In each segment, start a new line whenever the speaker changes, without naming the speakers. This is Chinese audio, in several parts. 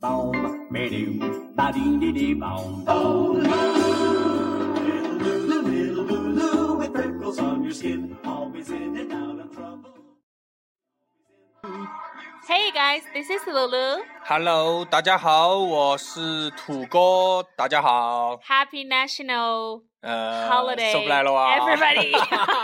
Boom, me doo, ba dee dee dee boom. Oh, Lou, little Lulu, little Lulu, with freckles on your skin, always in and out of trouble.
Hey guys, this is Lulu.
Hello，大家好，我是土哥，大家好，
Happy National
呃
Holiday，
说不来了啊哇
everybody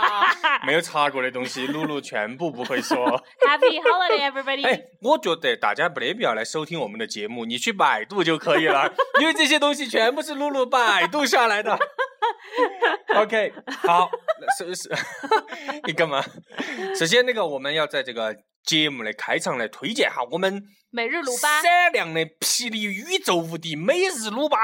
没有查过的东 西，露露全部不会说。
Happy Holiday, everybody！
哎，我觉得大家没必要来收听我们的节目，你去百度就可 以了，因为这些东西全部是露露百度下来的。OK，好，是是， 你干嘛？首先，那个我们要在这个节目的开场来推荐哈，我们
每日鲁巴，
闪亮的霹雳宇宙无敌每日鲁巴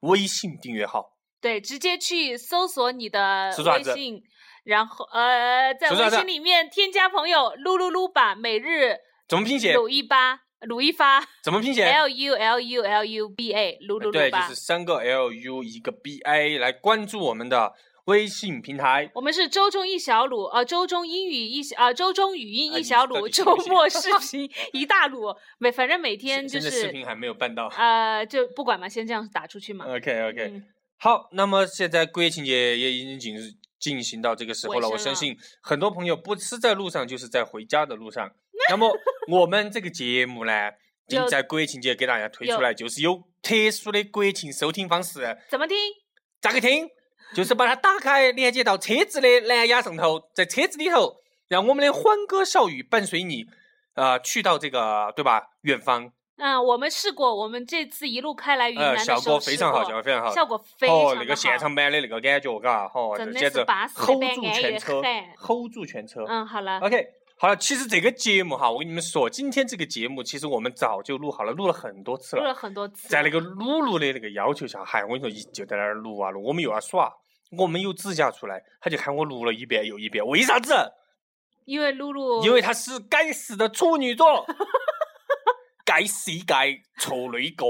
微信订阅号。
对，直接去搜索你的
搜索啥
微
子
信，然后呃，在
搜索
微
啥子
信里面添加朋友“噜噜噜吧”，每日
怎么拼写？
鲁一吧，鲁一发
怎么拼写？
，L U L U L U B A，噜噜
对，
噜
就
吧
是。三个 L U 一个 B A 来关注我们的微信平台。
我们是周中一小鲁，呃，周中英语一小，呃，周中语音
啊
一
你
小
到
鲁，
底行
周
不行
末视频一大鲁，每反正每天就
现在视频
是，
还没有办到。
呃，就不管嘛，先这样打出去嘛。
OK OK，、
嗯
好，那么现在国庆节也已经进入进行到这个时候了，
尾
我
声了
相信很多朋友不是在路上，就是在回家的 路上。那么我们这个节目呢，已经
有
在国庆节给大家推
有
出来，就是有特殊的国庆收听方式。
怎么听？
咋个听？就是把它打开，连接到车子的蓝牙上头，在车子里头，让我们的欢歌笑语伴随你，呃，去到这个对吧？远方，
嗯，我们试过，我们这次一路开来云南
呃，
的时
效
候
果非常
试
好，效
过
果非常好，
效果非常
哦，
的
那个现
好
场版的那个感觉，嘎，哦吼，
真的
简
是
直
把死
hold
板
住
眼也
全车
很
，hold 住全车。
嗯，好了，
OK，好了，其实这个节目哈，我跟你们说，今天这个节目其实我们早就录好了，录了很多次
录
了，
了很多次，
在那个露露的那个要求下，嗨，我跟你说，一就在那儿录啊录，我们又要耍，我们有指甲出来，他就喊我录了一遍又一遍，为啥子？
因为露露，
因为他是该死的处女 座，该死该丑雷哥，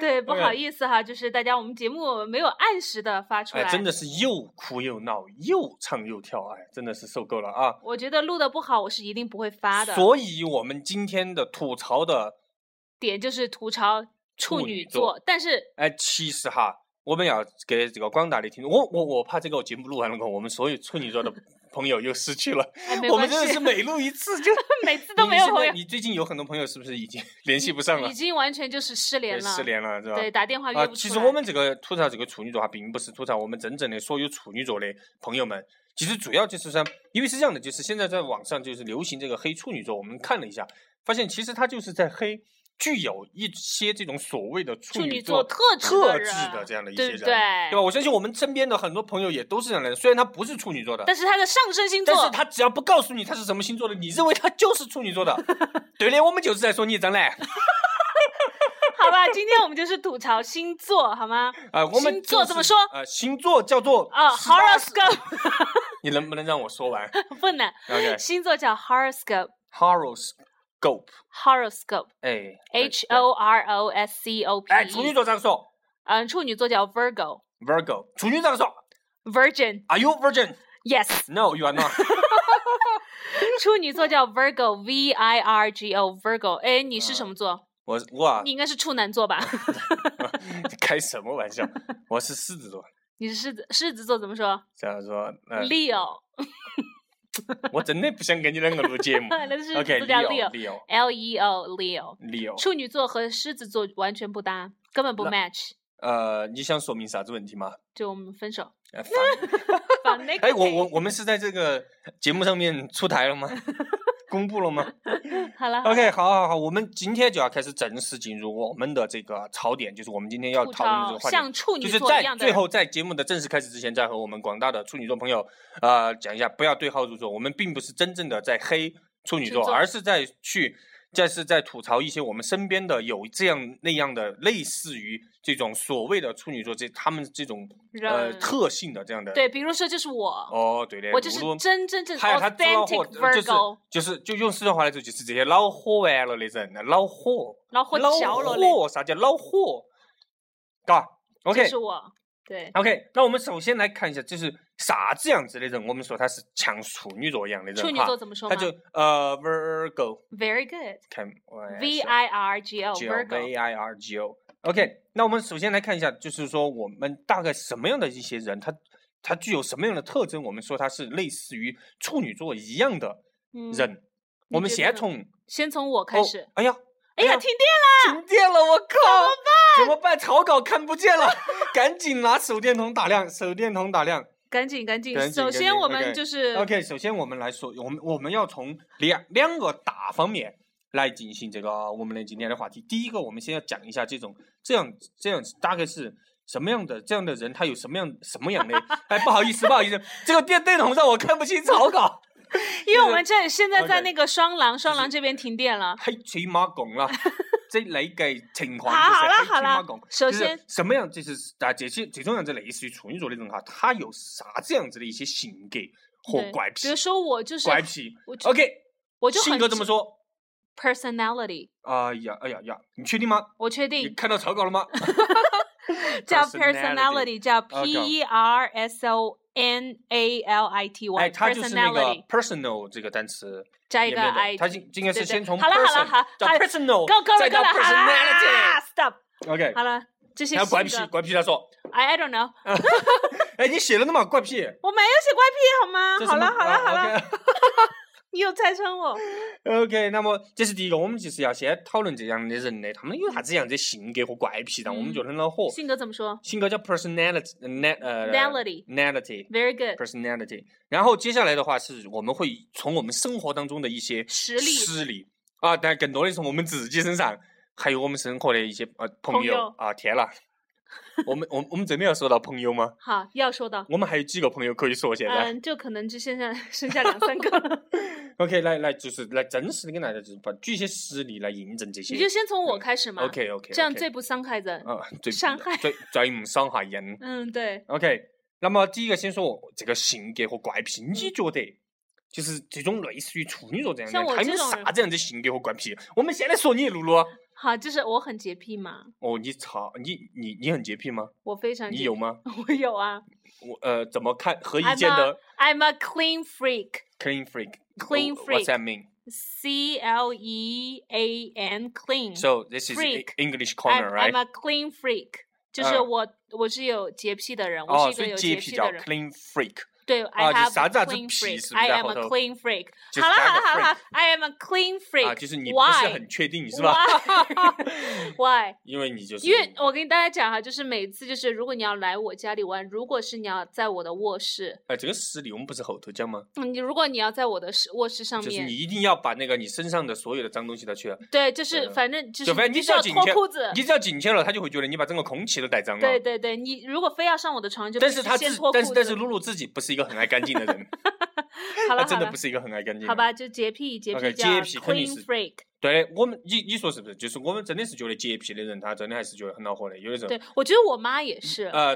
对不
哎
好意思哈，就是大家我们节目没有按时的发出
哎
来，，
真的是又哭又闹，又唱又跳，哎，真的是受够了啊！
我觉得录的不好，我是一定不会发的。
所以我们今天的吐槽的，
点就是吐槽处
处
女
女座
座，但是
哎，其实哈，我们要给这个广大的听众，我我我怕这个节目录完了过后，我们所有处女座的朋友又失去了。
哎没
我
关
们真的
系
是，每录一次就
每次都没有
你现
朋
在
友，
你最近有很多朋友是不是已经 联系不上了
已？经完全就是失联
对
了，
失联了是吧？
对，打电话约
啊，
不出来。
其实我们这个吐槽这个处女座哈，并不是吐槽我们真正的所有处女座的朋友们。其实主要就是说，因为是这样的，就是现在在网上就是流行这个黑处女座，我们看了一下，发现其实它就是在黑具有一些这种所谓的
处
处
女座
座
特质
特
人
质的这样的一些
对
人，
不对？
吧？我相信我们身边的很多朋友也都是这样的人，虽然他不是处女座的，
但是他的上升星
但
座
是他只要不告诉你他是什么星座的，你认为他就是处女 座的，对的，我们就是在 说你张楠。
好吧，今天我们就是吐槽星座，好吗？
啊，我们
星座
就是
怎么说
呃，星座叫做
啊、
18
h o r o s c o p
你能不能让我 说完
e 不能，星座叫 horoscope，horoscope，
？OK，horoscope，哎
H
对
O R O S C O P，E
哎，处女，座这样说
嗯，处女座叫 Virgo，Virgin，Yes，
，Virgo，处女座这样说，Are you virgin？No, you are not 。
处女座叫 Virgo，V I R G O，Virgo，哎，你是什么座？
我是我啊
你应该是处男座吧？
开什么玩笑？我是狮子座，
你是狮子，狮子座怎么说
这样说，嗯，
？Leo，
我真的不想跟你两个录节目。
那是狮
OK，
子叫
Leo，Leo，Leo，
Leo，L E O，Leo。处女座和狮子座完全不搭，根本不
那
match，
呃，你想说明啥子问题吗？
就我们分手。
呃烦
绑那个
哎，我
谁
我我们是在这个节目上面出台了吗？公布了吗？
好了好了
OK，好好好，我们今天就要开始正式进入我们的这个槽点，就是我们今天要
吐
讨论的这
槽
个话
像
题。
处
就
女
是
座
在
一样的
最
人，
后，在节目的正式开始之前，再和我们广大的处女座朋友，呃，讲一下，不要对号入座。我们并不是真正的在黑处女
处
座，
女座
而是在去，这是在吐槽一些我们身边的有这样那样的类似于这种所谓的处女座这他们这种呃
人
特性的这样的。
对，比如说就是我，
哦，对的，
我就是
无论
真真正
还有他这老货
authentic
就是
Virgo，
就是就用四川话来说，就是这些恼火完了的人，恼火，
然后
恼
嚼了嘞，
火，啥叫恼火？嘎
就
，OK，哎
是我，对，
OK，那我们首先来看一下，就是啥子样子的人，我们说他是像处女座一样的人
处女
哈
座怎么说
他
嘛
就呃 Virgo，
？Very good。
看 V
V I R G O
G O V
Virgo。
I R G O。OK，那我们首先来看一下，就是说我们大概什么样的一些人，他他具有什么样的特征，我们说他是类似于处女座一样的
嗯，
人。
你
我们
觉
先
得呢
从
先从我开
哦
始。、
哎呀，
哎呀，
呀
停电
停电了，我靠！怎么办？怎么办？草稿看不 见了，赶紧拿手电筒打亮，手电筒打亮。
了！赶紧赶紧
赶，紧
首
赶
先
紧
我们
OK
就是。
OK，首先我们来说，我们我们要从两两个大方面来进行这个我们的今天的话题。第一个，我们先要讲一下这种这样这样大概是什么样的这样的人，他有什么样什 么样的？哎，不好意思，不好意思，这个电电筒上我看不清草稿，
因为
就
我
是
们这现在在
OK
那个双廊，双
就是
廊这边停电了。
黑起码拱了。这类嘅情况
好好
就
了
是黑
好了
起码拱。
首
哎就是
先
什么样？就是啊，这些最重要的类似于处女座的人哈，他有啥这样子的一些性格和
对
怪
比
癖
如？说我就是
怪癖
我就
，OK，
我就
性
很
格这么说，
personality，
哎呀，哎呀呀，你确定吗？
我确
你
定
看到草稿了吗？
叫 personality，
personality 哦
叫 P
OK
E R S O N A L I T
哎，
Y
它就是那个
personality
personal 这个单词
加一
里
个
面
i，
的，它应应该是
对对
先从
好了好了
person
好
叫
好
personal，
够够了
再
够
到
了，好啦
personality。
，stop，
OK，
好了，这些
然后怪癖
性，格
怪癖他说，
，I I don't know，
哎，你写了的嘛，怪癖。
我没有写怪癖好吗
这？
啊好
什么
了好了好了，
啊
你有拆穿我，
，OK。OK，那么这是第一个，我们就是要先讨论这样的人呢，他们有啥子样的性格和怪癖，让我们觉得很恼火。
嗯性格怎么说
性格叫 personality，呃
Nality
，nality，nality，
？Very good，
personality。然后接下来的话是我们会从我们生活当中的一些
实力
实力啊，但更多的是从我们自己身上，还有我们生活的一些呃朋
朋
友
友
啊。天啦， 我们我们我们真的要说到朋友吗？
好，要说到，
我们还有几个朋友可以说现在。
嗯，就可能就现在剩下两三 个了，
OK，来来，就是来真实的跟大家就是把举一些实例来印证这些
你。就先从我开始嘛
OK OK，
这样最不伤害人。
啊最
伤害
最最唔伤害人。
嗯，对，
OK，那么第一个先说我这个性格和怪癖，你觉得就是这种类似于处女座这样的
嗯像
人，
我
他有
这
没有
种人
啥子样的性格和怪癖？我们现在说你，露露。
好，就是我很洁癖嘛，
啊哦，你操，你你你很洁癖吗？
我非常洁
你
癖
有吗？
我有啊
我呃，怎么看？何以
，I'm
见
a
得
I'm a clean freak。
？Clean freak。
Clean
Oh, What's that mean?
C L E A N clean。
So this is E-
Freak. I'm
English corner,
I'm
right?
a clean freak，就是
啊
我我是有洁癖的人，我
哦，
是
所
一个
以
有
洁
癖
癖
的
叫
人。
clean freak，
对
啊
，I
就
have
啥
a
子啥子
clean
屁是
freak。
不是
I
在
am
后
a
头
clean freak。
就是
好了
加
好
个
了好
freak
了，I am a clean freak。
啊，就是你不是很确定，是吧？
？Why？Why？
因为你就是
因为我跟大家讲哈，就是每次就是如果你要来我家里玩，如果是你要在我的卧室，
哎，这个实例我们不是后头讲吗？
嗯，你如果你要在我的室卧室上
就是
面，
你一定要把那个你身上的所有的脏东西都去了，
对，就是
嗯
反正就是
就反正
你必
你
须
只要
要
进
脱
去
裤子，
你只要进去了，他就会觉得你把整个空气都带脏了。
对对对，你如果非要上我的床，就
但
必
是
须
他
先
自
脱，
但
裤子
是但是露露自己不是一个很爱干净 的人，
好
她
了
真的
好
不
了
是一个很爱干净的人。
好吧，就洁癖，洁癖
OK，
叫
洁癖肯定
clean
是
freak。
对我们，你你说是不是？就是我们真的是觉得洁癖的人，他真的还是觉得很恼火的。有的时候，
对，我觉得我妈也是。
呃，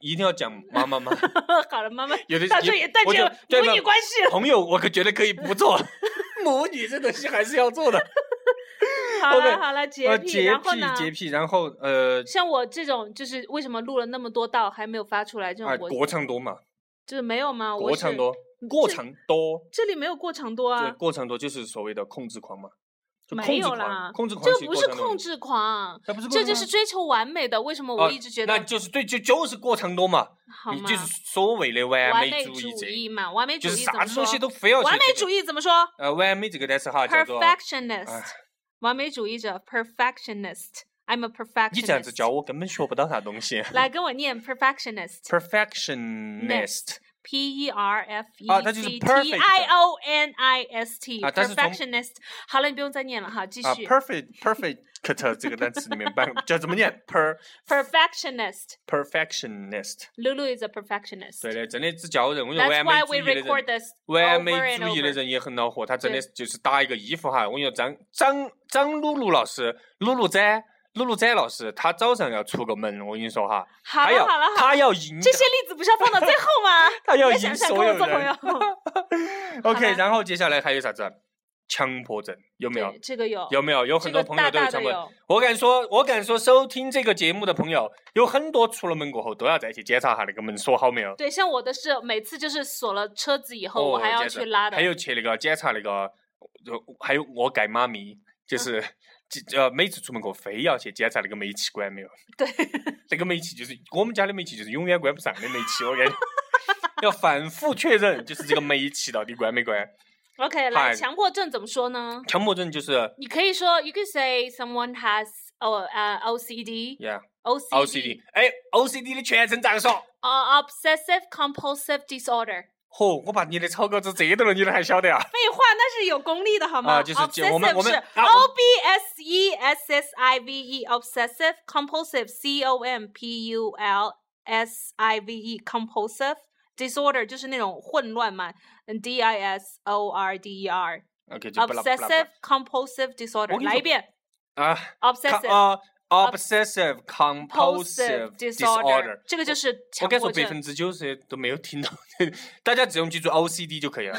一定要讲妈妈吗？
好了，妈妈
有的
到时候也断
我
绝
就对
母
吧
女关系 了。
朋友，我可觉得可以不做， 母女这东西还是要做的。
好了
OK，
好了，
呃，
洁癖，
洁
然后
癖
呢，？
洁癖，然后呃，
像我这种，就是为什么录了那么多道还没有发出来？这
啊，
种我
过长多嘛，
就是没有吗？我
过长
是
多，过长多，
这里没有过长多
对，
啊，
过长多就是所谓的控制狂嘛，就控
没
制
有啦
狂，，控制狂
这
属于
不
过
是
长多
控，制狂，
那不是过
这
长
就是
吗
追求完美的。为什么
哦
我一直觉得
那就是对，就就是过长多嘛，
好
你
吗
就？是所谓的完
完
美
美
主义者，
义嘛，完美主
就是
义怎
啥
么
子
说
东？西都非要去
完美
这个
主义怎么说
呃，完美这个单词哈叫做，哎
？Perfectionist，完美主义者，perfectionist。I'm a perfectionist。
你这样子教我根本学不到啥东西。
来跟我念 perfectionist，P
perfectionist
E R F E
啊它就是
C T
perfect
I O N I S
啊它是从
T，perfectionist。好了，你不用再念了哈，继
啊
续。
，perfect perfect 这个单词里面办叫怎么念？per
Perfectionist。
perfectionist。
Lulu is a perfectionist。
对的，真的只教 人，我觉得
That's
完
why
美主
we
义的
record
人，
this
完
over
美
and
主义的
over。
人也很恼火。他真的
对
是就是打一个衣服哈，我跟你说，张张张露露老师，露露仔，露露仔老师，他早上要出个门，我跟你说哈，
好
他
了
要
好了好 了，
他要赢
这些例子不是要放到最后吗？
他要
你还
赢
想不想
所
跟我
有
做朋
人
友。
OK，
了
然后接下来还有啥子？啊强迫症，有 没有
对？这个有
有没有？有
这
很
个
多朋友
大
都有
大的
强迫症。我敢说，我敢说，收听这个节目的朋友有很多，出了门过后都要再去检查下那个门锁好没有。
对，像我的是每次就是锁了车子以后，我还要
检查
去拉的。
哦还有去那个检查那个，就还有我盖妈咪，
嗯
就是、就呃每次出门过后非要去检查那个煤气关没有。
对，
那个煤气就是我们家的煤气，就是永远关不上的煤气，我感觉要反复确认，就是这个煤气到底关没关。
OK，来，
嗨
强迫症怎么说呢？
强迫症就是
你可以说，you could say someone has oh, uh, 哦呃 OCD
yeah
OCD
OCD，哎 OCD 的全称咋个说？
呃 uh, obsessive compulsive disorder。
嚯、我把你的草稿子折到了，你都还晓得啊？
废话，那是有功利的好吗？
啊就是就我们
obsessive
我们
是
啊我
O B S E S S I V E obsessive compulsive C O M P U L S I V E compulsive disorder 就是那种混乱嘛嗯，D I S O R D E R
OK，就不拉不拉不拉
obsessive compulsive
我
disorder
跟你说
来一遍
啊
obsessive。
啊，obsessive compulsive disorder。
这个就是
我
强
敢说
迫
百
症
分，之九十都没有听到， 大家只用记住 OCD 就可以了。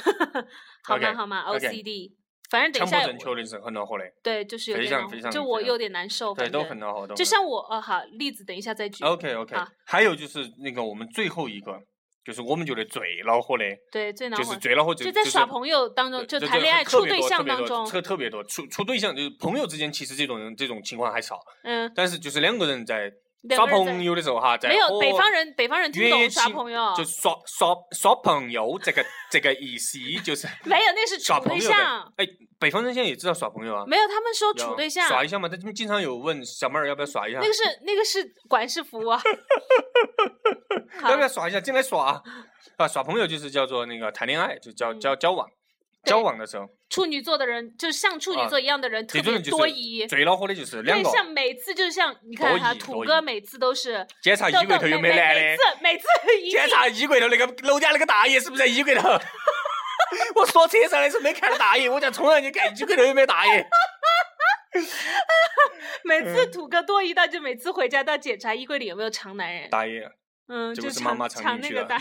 好吗？
OK，
好吗
OK
？OCD，反正 等
强
一
迫
下
症确实是很恼火的，
对，就是有
非
点
常
恼
非
火
常
就
非
我
常
有点难受，
对，
反
都
正
很恼火。都
就
很
像我呃，好例子，等一下再举。
OK OK，
啊
还有就是那个我们最后一个，就是我们觉得最恼火的，
对，最恼
就
火
是最恼火
就在耍
友。
朋友当中，就
对
谈恋爱
特
处
别
对
多
象
特别
当
多
中，
特特别多处处对象，就是朋友之间，其实这种人这种情况还少，
嗯，
但是就是两个人在
两
耍
个人在
朋友的时候哈，在
没有
和
北方人，哦北方人听
约
懂耍
亲
朋友，
就耍耍耍朋友这个这个意思，就是
没有那是处
耍朋
对
友的
象，。
哎，北方人现在也知道耍朋友啊，
没有他们说
要
处对象，
耍一下嘛，他们经常有问小妹儿要不要耍一下
那，个是那个是管制服 啊。好
要不要耍一下，进来耍啊啊！耍朋友就是叫做那个谈恋爱，就交
嗯
交交往，
对
交往的时候
处女座的人，就是像处女
啊
座一样的人，特
这种
别
人就是
多疑。
最恼火的就是两
对，
个
像每次就是像你
多
看
疑
哈，土
多疑啊
哥每次都是
检查衣
豆
柜
豆
头有
每
没有
每
男的
次。每次一
检
定
查衣柜头那个楼底下那个大爷是不是在衣柜头？ 我说车上的时候没看到大爷，我就冲上去看衣柜头有没有大爷。
每
嗯
次土哥多疑到就每次回家都要检查衣柜里有没有长男人，
大爷，
嗯，
结
就
果是妈
长
妈藏
长那
进去
个
了
大。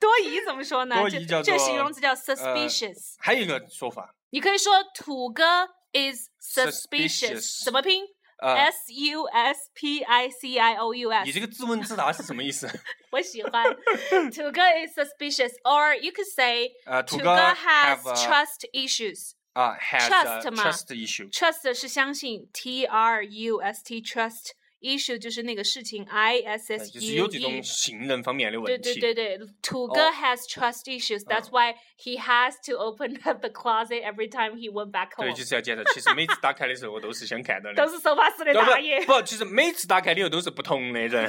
多疑怎么说呢？
多
这
疑叫
这
做
形容词叫 suspicious，、
还有一个说法，
你可以说土哥 is suspicious，
Suspicious
怎么拼、
呃，
s U S P I C I O U
你
S，
这个自问自答是什么意思？
我喜欢。 土哥 is suspicious，or you could say
呃，
土
土
哥
哥
has
have a-
trust issues。
啊 has
trust
a
嘛
trust issue，
Trust 是相信，T R U S T trust issue 就是那个事情，I S
呃
S
就是
U
有这种
E。
信任方面的
对
问
对
题。
对对，土
哦
哥 has trust issues. That's
嗯
why he has to open up the closet every time he went back
对，
home.
就是要检查。其实每次打开的时候，我都是想看到的
都。是手把式的
要不
大爷。
不，其实每次打开的又都是不同的 人，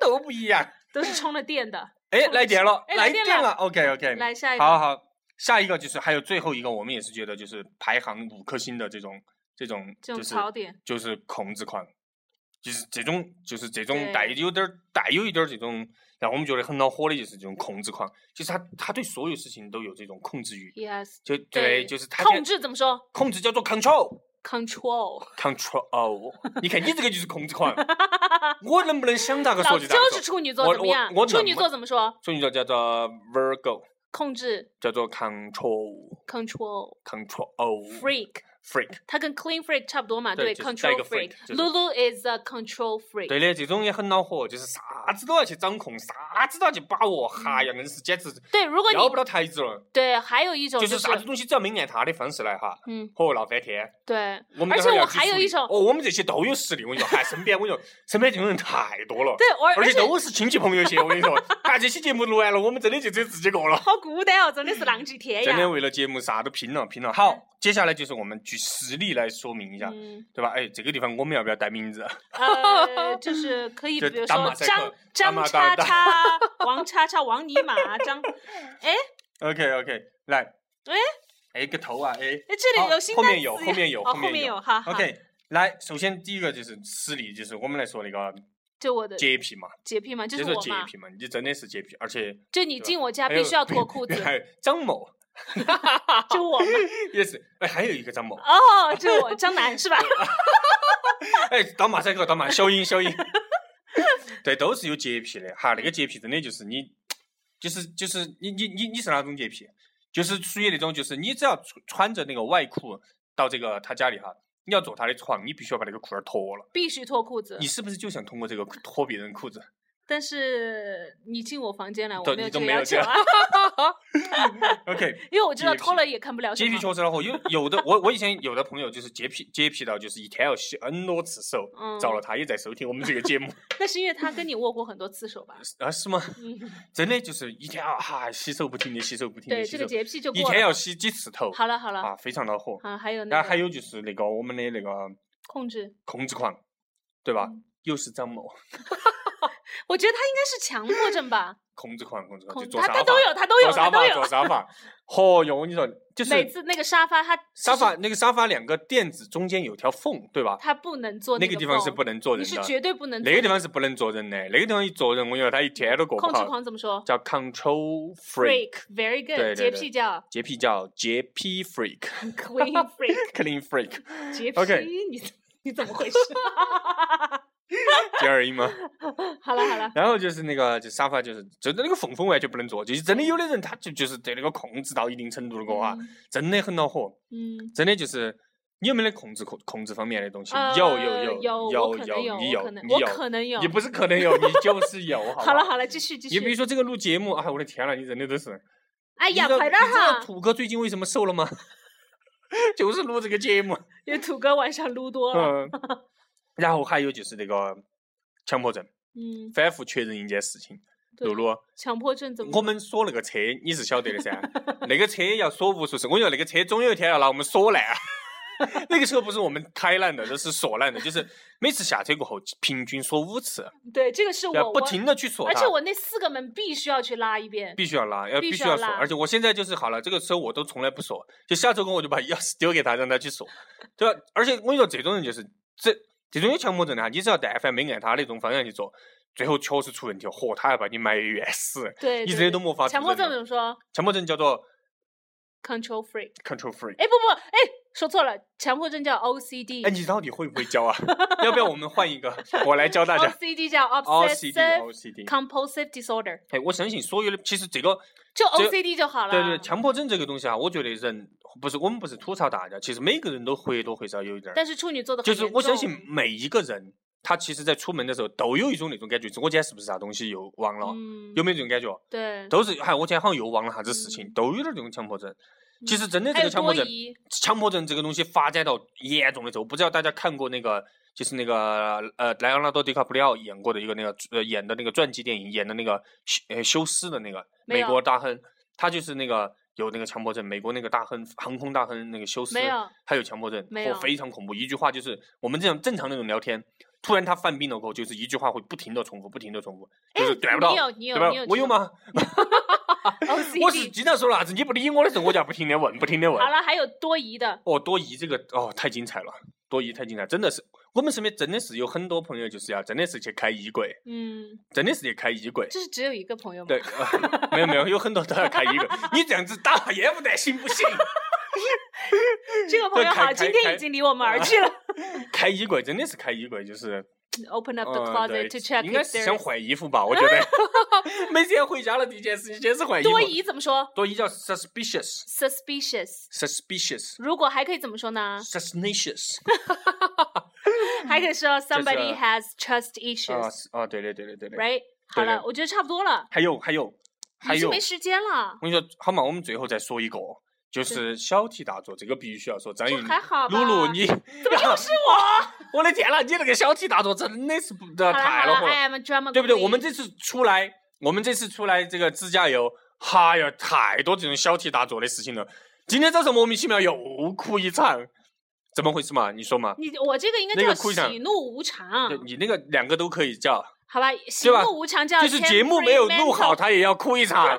都不一样。
都是充了电 的。
哎，来电了，
哎来电
电
了
了。OK OK，
来下一个，
好好，下一个就是还有最后一个，我们也是觉得就是排行五颗星的这种这种
这
就
种
是
槽点，
就是控制狂，就是这种就是这种
对
带有点儿带有一点儿这种让我们觉得很恼火的，就是这种控制狂，就是他他对所有事情都有这种控制欲，
yes，
就
对
就是他
控
制
制怎么说
控制叫做 control
？Control，
control，你看你这个就是控制狂，我能不能想咋个
老
说
子
就
就
咋个
是
说，
处女座，
我
怎么样
我？我
处女
怎么
座怎么说？
所以就叫做 Virgo，
控制
叫做 control
，control。
control
Freak，
freak。
它跟 clean freak 差不多嘛，
对就是带一
control
个
freak
freak，。就是
Lulu is a control freak。
对的，这种也很恼火，就是啥子都要去掌控，啥子都要去把握，哈呀，硬是简直
对，如果你
要不到台子了。
对，还有一种
就是是啥子东西只要没按他的方式来哈，哦
嗯，
嚯，闹翻天。
对，
我们
而
等会
且
儿
我
要去
还有
处
一
理
种
哦，我们这些都有实力，我跟你说，嗨，身边我跟你说，身边这种人太多了，
对，而
而且
且
都是亲戚朋友些，我跟你说，哎，这期节目录完了，我们真的就只有自己过了。
好孤单哦，真的是浪迹天
真的
涯。
为了节目啥都拼了拼了。好，接下来就是我们举实例来说明一下，
嗯，
对吧？哎，这个地方我们要不要带名字？
呃，就是可以，比
就
如
打
说
马赛
张
克打
张
马
叉
打打
叉、 王叉叉、王尼玛、张
OK OK，来，
哎
哎个头啊，哎
哎，这里
好
有新
后
单
面有
词
后
呀
面有
哦，
后
后
面有
有，哈哈。
，OK，来，首先第一个就是失礼，就是我们来说那个
就我的
洁癖嘛，
洁癖呃嘛，就
就是说
我
洁
嘛，
癖嘛，你真的是洁癖，而且
就你进我家
还
必
有
须要脱裤子，
还有张某
就我 嘛。
也是，哎，还有一个张某，
哦，就我张楠 是吧？
哎，打马赛克，打 马，消音消音，对，都是有洁癖的哈，那个洁癖真的就是你。就是就是你你你你是哪种洁癖？就是属于那种，就是你只要穿穿着那个外裤到这个他家里哈，你要走他的床，你必须要把那个裤儿脱了。
必须脱裤子
你。是不是就想通过这个脱别人裤子？
但是你进我房间来，我
对
没有
你
这
都
个
没有
要
这
求
样
啊，
OK，
因为 我知道
洁癖
脱了也看不了什
洁
么。
癖脱了后，有有的我我以前有的朋友就是洁癖洁癖到就是一天要洗 N 多次手，
嗯
糟了，他也在收听我们这个节目
那是因为他跟你握过很多次手 吧？
啊？是吗？
嗯，
真的就是一天啊哈、洗手不停的洗手不停的
对，
洗
这
手
个，洁癖就
一
过
天要
了。
洗几次头
好了好了，
啊，非常恼火。
啊，还有那
然后
个
还有就是那个我们的那个
控制，
控制狂，对吧
嗯？
又是张某，
我觉得他应该是强迫症 吧，
控制狂，控制狂，
控
哦就坐
他
沙
他
发，
都有，他都有，
坐
他
沙
都
发，坐
有。
沙发。 嚯哟，我跟你说，就是
每次那个沙发他
沙发那个沙发两个垫子中间有条缝，对吧？
他不能坐
那
个
个地方是
缝
不能坐
你
人
是
的，
绝对不能
那
坐
个地方是不能坐人的，那个地方一坐人，我跟你说他一天都过不
控制
好。
狂怎么说
叫 control
？Freak
freak，
very
对
good，
对
洁
对
癖 叫
洁癖叫洁 癖 freak，clean
Queen Freak，
freak，
洁
OK
癖你怎你怎么回事？
接二音吗？
好了 好了，
然后就是那个就沙发就是就那个缝缝完全不能坐，就是真的有的人他就就是对那个控制到一定程度的过啊，真的很恼火，
嗯，
真的就是。你有没得控制控控制方面的东西？
呃
有有
有
有
我可能有
你
我可
有
能
你
我
有，
可能有
你不是可能有，你就是 有，好
好
不
了
好
好了，继续继
你比如
续。
说这个录节目，哎，我的天呐，你真的都是。
哎
你
呀，
知道
快点
你知道
哈！
土哥最近为什么瘦了吗？ 就是录这个节 目。
因为土哥晚上撸多了，
嗯。然后还有就是那个强迫症，
嗯，
反复确认一件事情，
对
露，露。
强迫症怎么？
我们锁那个车，你是晓得 的噻。那个车要锁无数次，我觉得那个车总有一天要拿我们锁烂。 那个车不是我们开烂的，那是锁烂的，就是每次下车过后平均锁五次，
对，这个是
对吧啊
我
不
我
停的去锁
而
它
且。我那四个门必须要去拉一遍。
必须要拉，要
必
必
须
须
要
要锁，
拉
而且我现在就是好了，这个车我都从来不锁，就下周工我就把钥匙丢给他，让他去锁，对吧？而且我跟你说，这种人就是这这种有强迫症的哈，你只要但凡没按他那种方向去做，最后确实出问题了，嚯，他要把你埋怨死。
对，
一
对
直
对
都没法
强
指
迫
正
症
的
怎么说
强迫症叫做
？Control freak。
control freak。
哎，不不，哎，说错了，强迫症叫
哎，
OCD。
你到底会不 会教啊？要不要我们换一个，我来教大家
OCD 叫
OCD
obsessive
OCD。
compulsive disorder，
哎，我相信所有的其实这个
就
这
OCD 就好了。
对对强迫症这个东西啊，我觉得人不是我们不是吐槽大家，其实每个人都或多或少有一点儿。
但是处女座的
就是我相信每一个人，他其实在出门的时候都有一种那种感觉，我今天是不是啥东西又忘了？
嗯，
有没有这种感觉？
对，
都是，哎，我今天好像又忘了啥子事情，
嗯
都有点这种强迫症。
嗯
其实真的
还
这
有
个强迫
多
症，
疑，
强迫症这个东西发展到严重的时候，不知道大家看过那个，就是那个呃莱昂纳多·迪卡普里奥演过的一个那个呃演的那个传记电影，演的那个休呃休斯的那个
没
美
有
国大亨，他就是那个有那个强迫症，美国那个大亨航空大亨那个休斯，
没有
他有强迫症，
没
我
有
哦非常恐怖。一句话就是我们这样正常那种聊天，突然他犯病了过后，就是一句话会不停的重复，不停的重复，就是对不到
哎你。有你
对
有
吧
你有？
我有？吗？ 我是
OCD
经常说啥子，你不理我的时候，我就要不停的问，不停的问。
好了，还有多疑的，
哦，多疑这个哦，太精彩了！多疑太精彩，真的是我们身边真的是有很多朋友，就是要真的是去开衣柜，
嗯，
真的是去开衣柜。
这是只有一个朋友吗？
对， 呃没有没有，有很多都要开衣柜。你这样子打也不得行不行？
这个朋友
开
好，今
开
天
开啊
已经离我们而去了。
开衣柜真的是开衣柜，就是
Open up the
嗯，对
closet to check
应该
if
是想
there is
换衣服吧？我觉得 每天回家了第一件事情先是换衣服。
多疑怎么说
多疑叫 suspicious，suspicious。
？Suspicious。如果还可以怎么说呢？
Suspicious
还可以说 somebody
就是
has trust
啊
issues，right？
是啊，对对对对对对。
好了，
对
我觉得差不多了，
还有还有还
已经
有，
没时间了
我。跟你说，好嘛，我们最后再说一个，哦就是小题大做，这个必须要说。张
这
云，
还好吧？
露露，你 怎
么又
是 我？我的天呐，你那个小题大做真的是不
好
得
了
太
好了哎
恼火了，
，I am a drama，
对不对？我们
queen
这次出来，我们这次出来这个自驾游，哈呀，太多这种小题大做的事情了。今天早上莫名其妙又哭一场，怎么回事嘛？你说嘛？
你我这个应该
那
叫
个哭一场
喜怒无常
对，你那个两个都可以叫，
好吧？喜
吧
怒无常叫
就是节目没有录好，
temperamental
他也要哭一 场。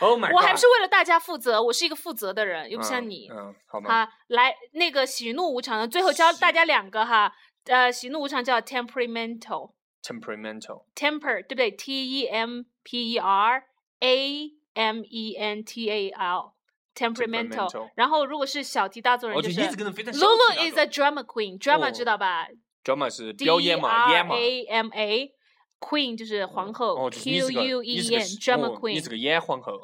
Oh my god！
我还不是为了大家负责，我是一个负责的人，又不像
嗯
你。
嗯，好
好，
吗？
来那个喜怒无常的，最后教
喜
大家两个哈，呃，喜怒无常叫 temperamental。
temperamental。
temper 对不对？T E M P E R A M E N T A L temperamental
Temperamental。
然后如果是小题大做人，
我
就
哦就是一直跟人非常
Lulu is a drama queen，drama 知道吧
drama 是
？D E
哦表演嘛，
R
演嘛。
A M A Queen 就是皇后、
哦，就是你这
q
个，
U
你
E
这
N
个
Drama
哦你这
Queen。
个演皇后，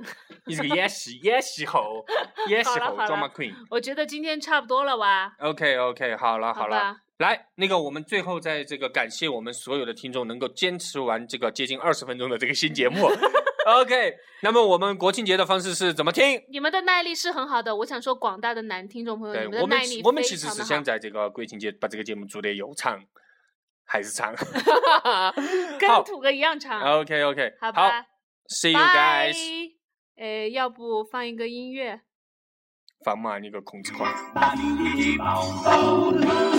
你这个演戏演戏后，演戏
好了
后
好了
drama queen。
我觉得今天差不多了吧？
OK OK，好了好了
吧，，
来那个我们最后在这个感谢我们所有的听众能够坚持完这个接近二十分钟的这个新 节目。OK，那么我们国庆节的方式是怎么听？
你们的耐力是很好的。我想说，广大的男听众朋友，
对
你们的
我
嗯
们
耐
其
力
我们
非
其实
常
是
的
想
好
在这个国庆节把这个节目做得又长还是 长。好
跟土哥一样长，
OK OK，
好
好
吧？
，See you
拜
guys，。
呃，要不放一个音乐？
放嘛你个控制狂。
Ba-dee-dee-dee-bom-bom.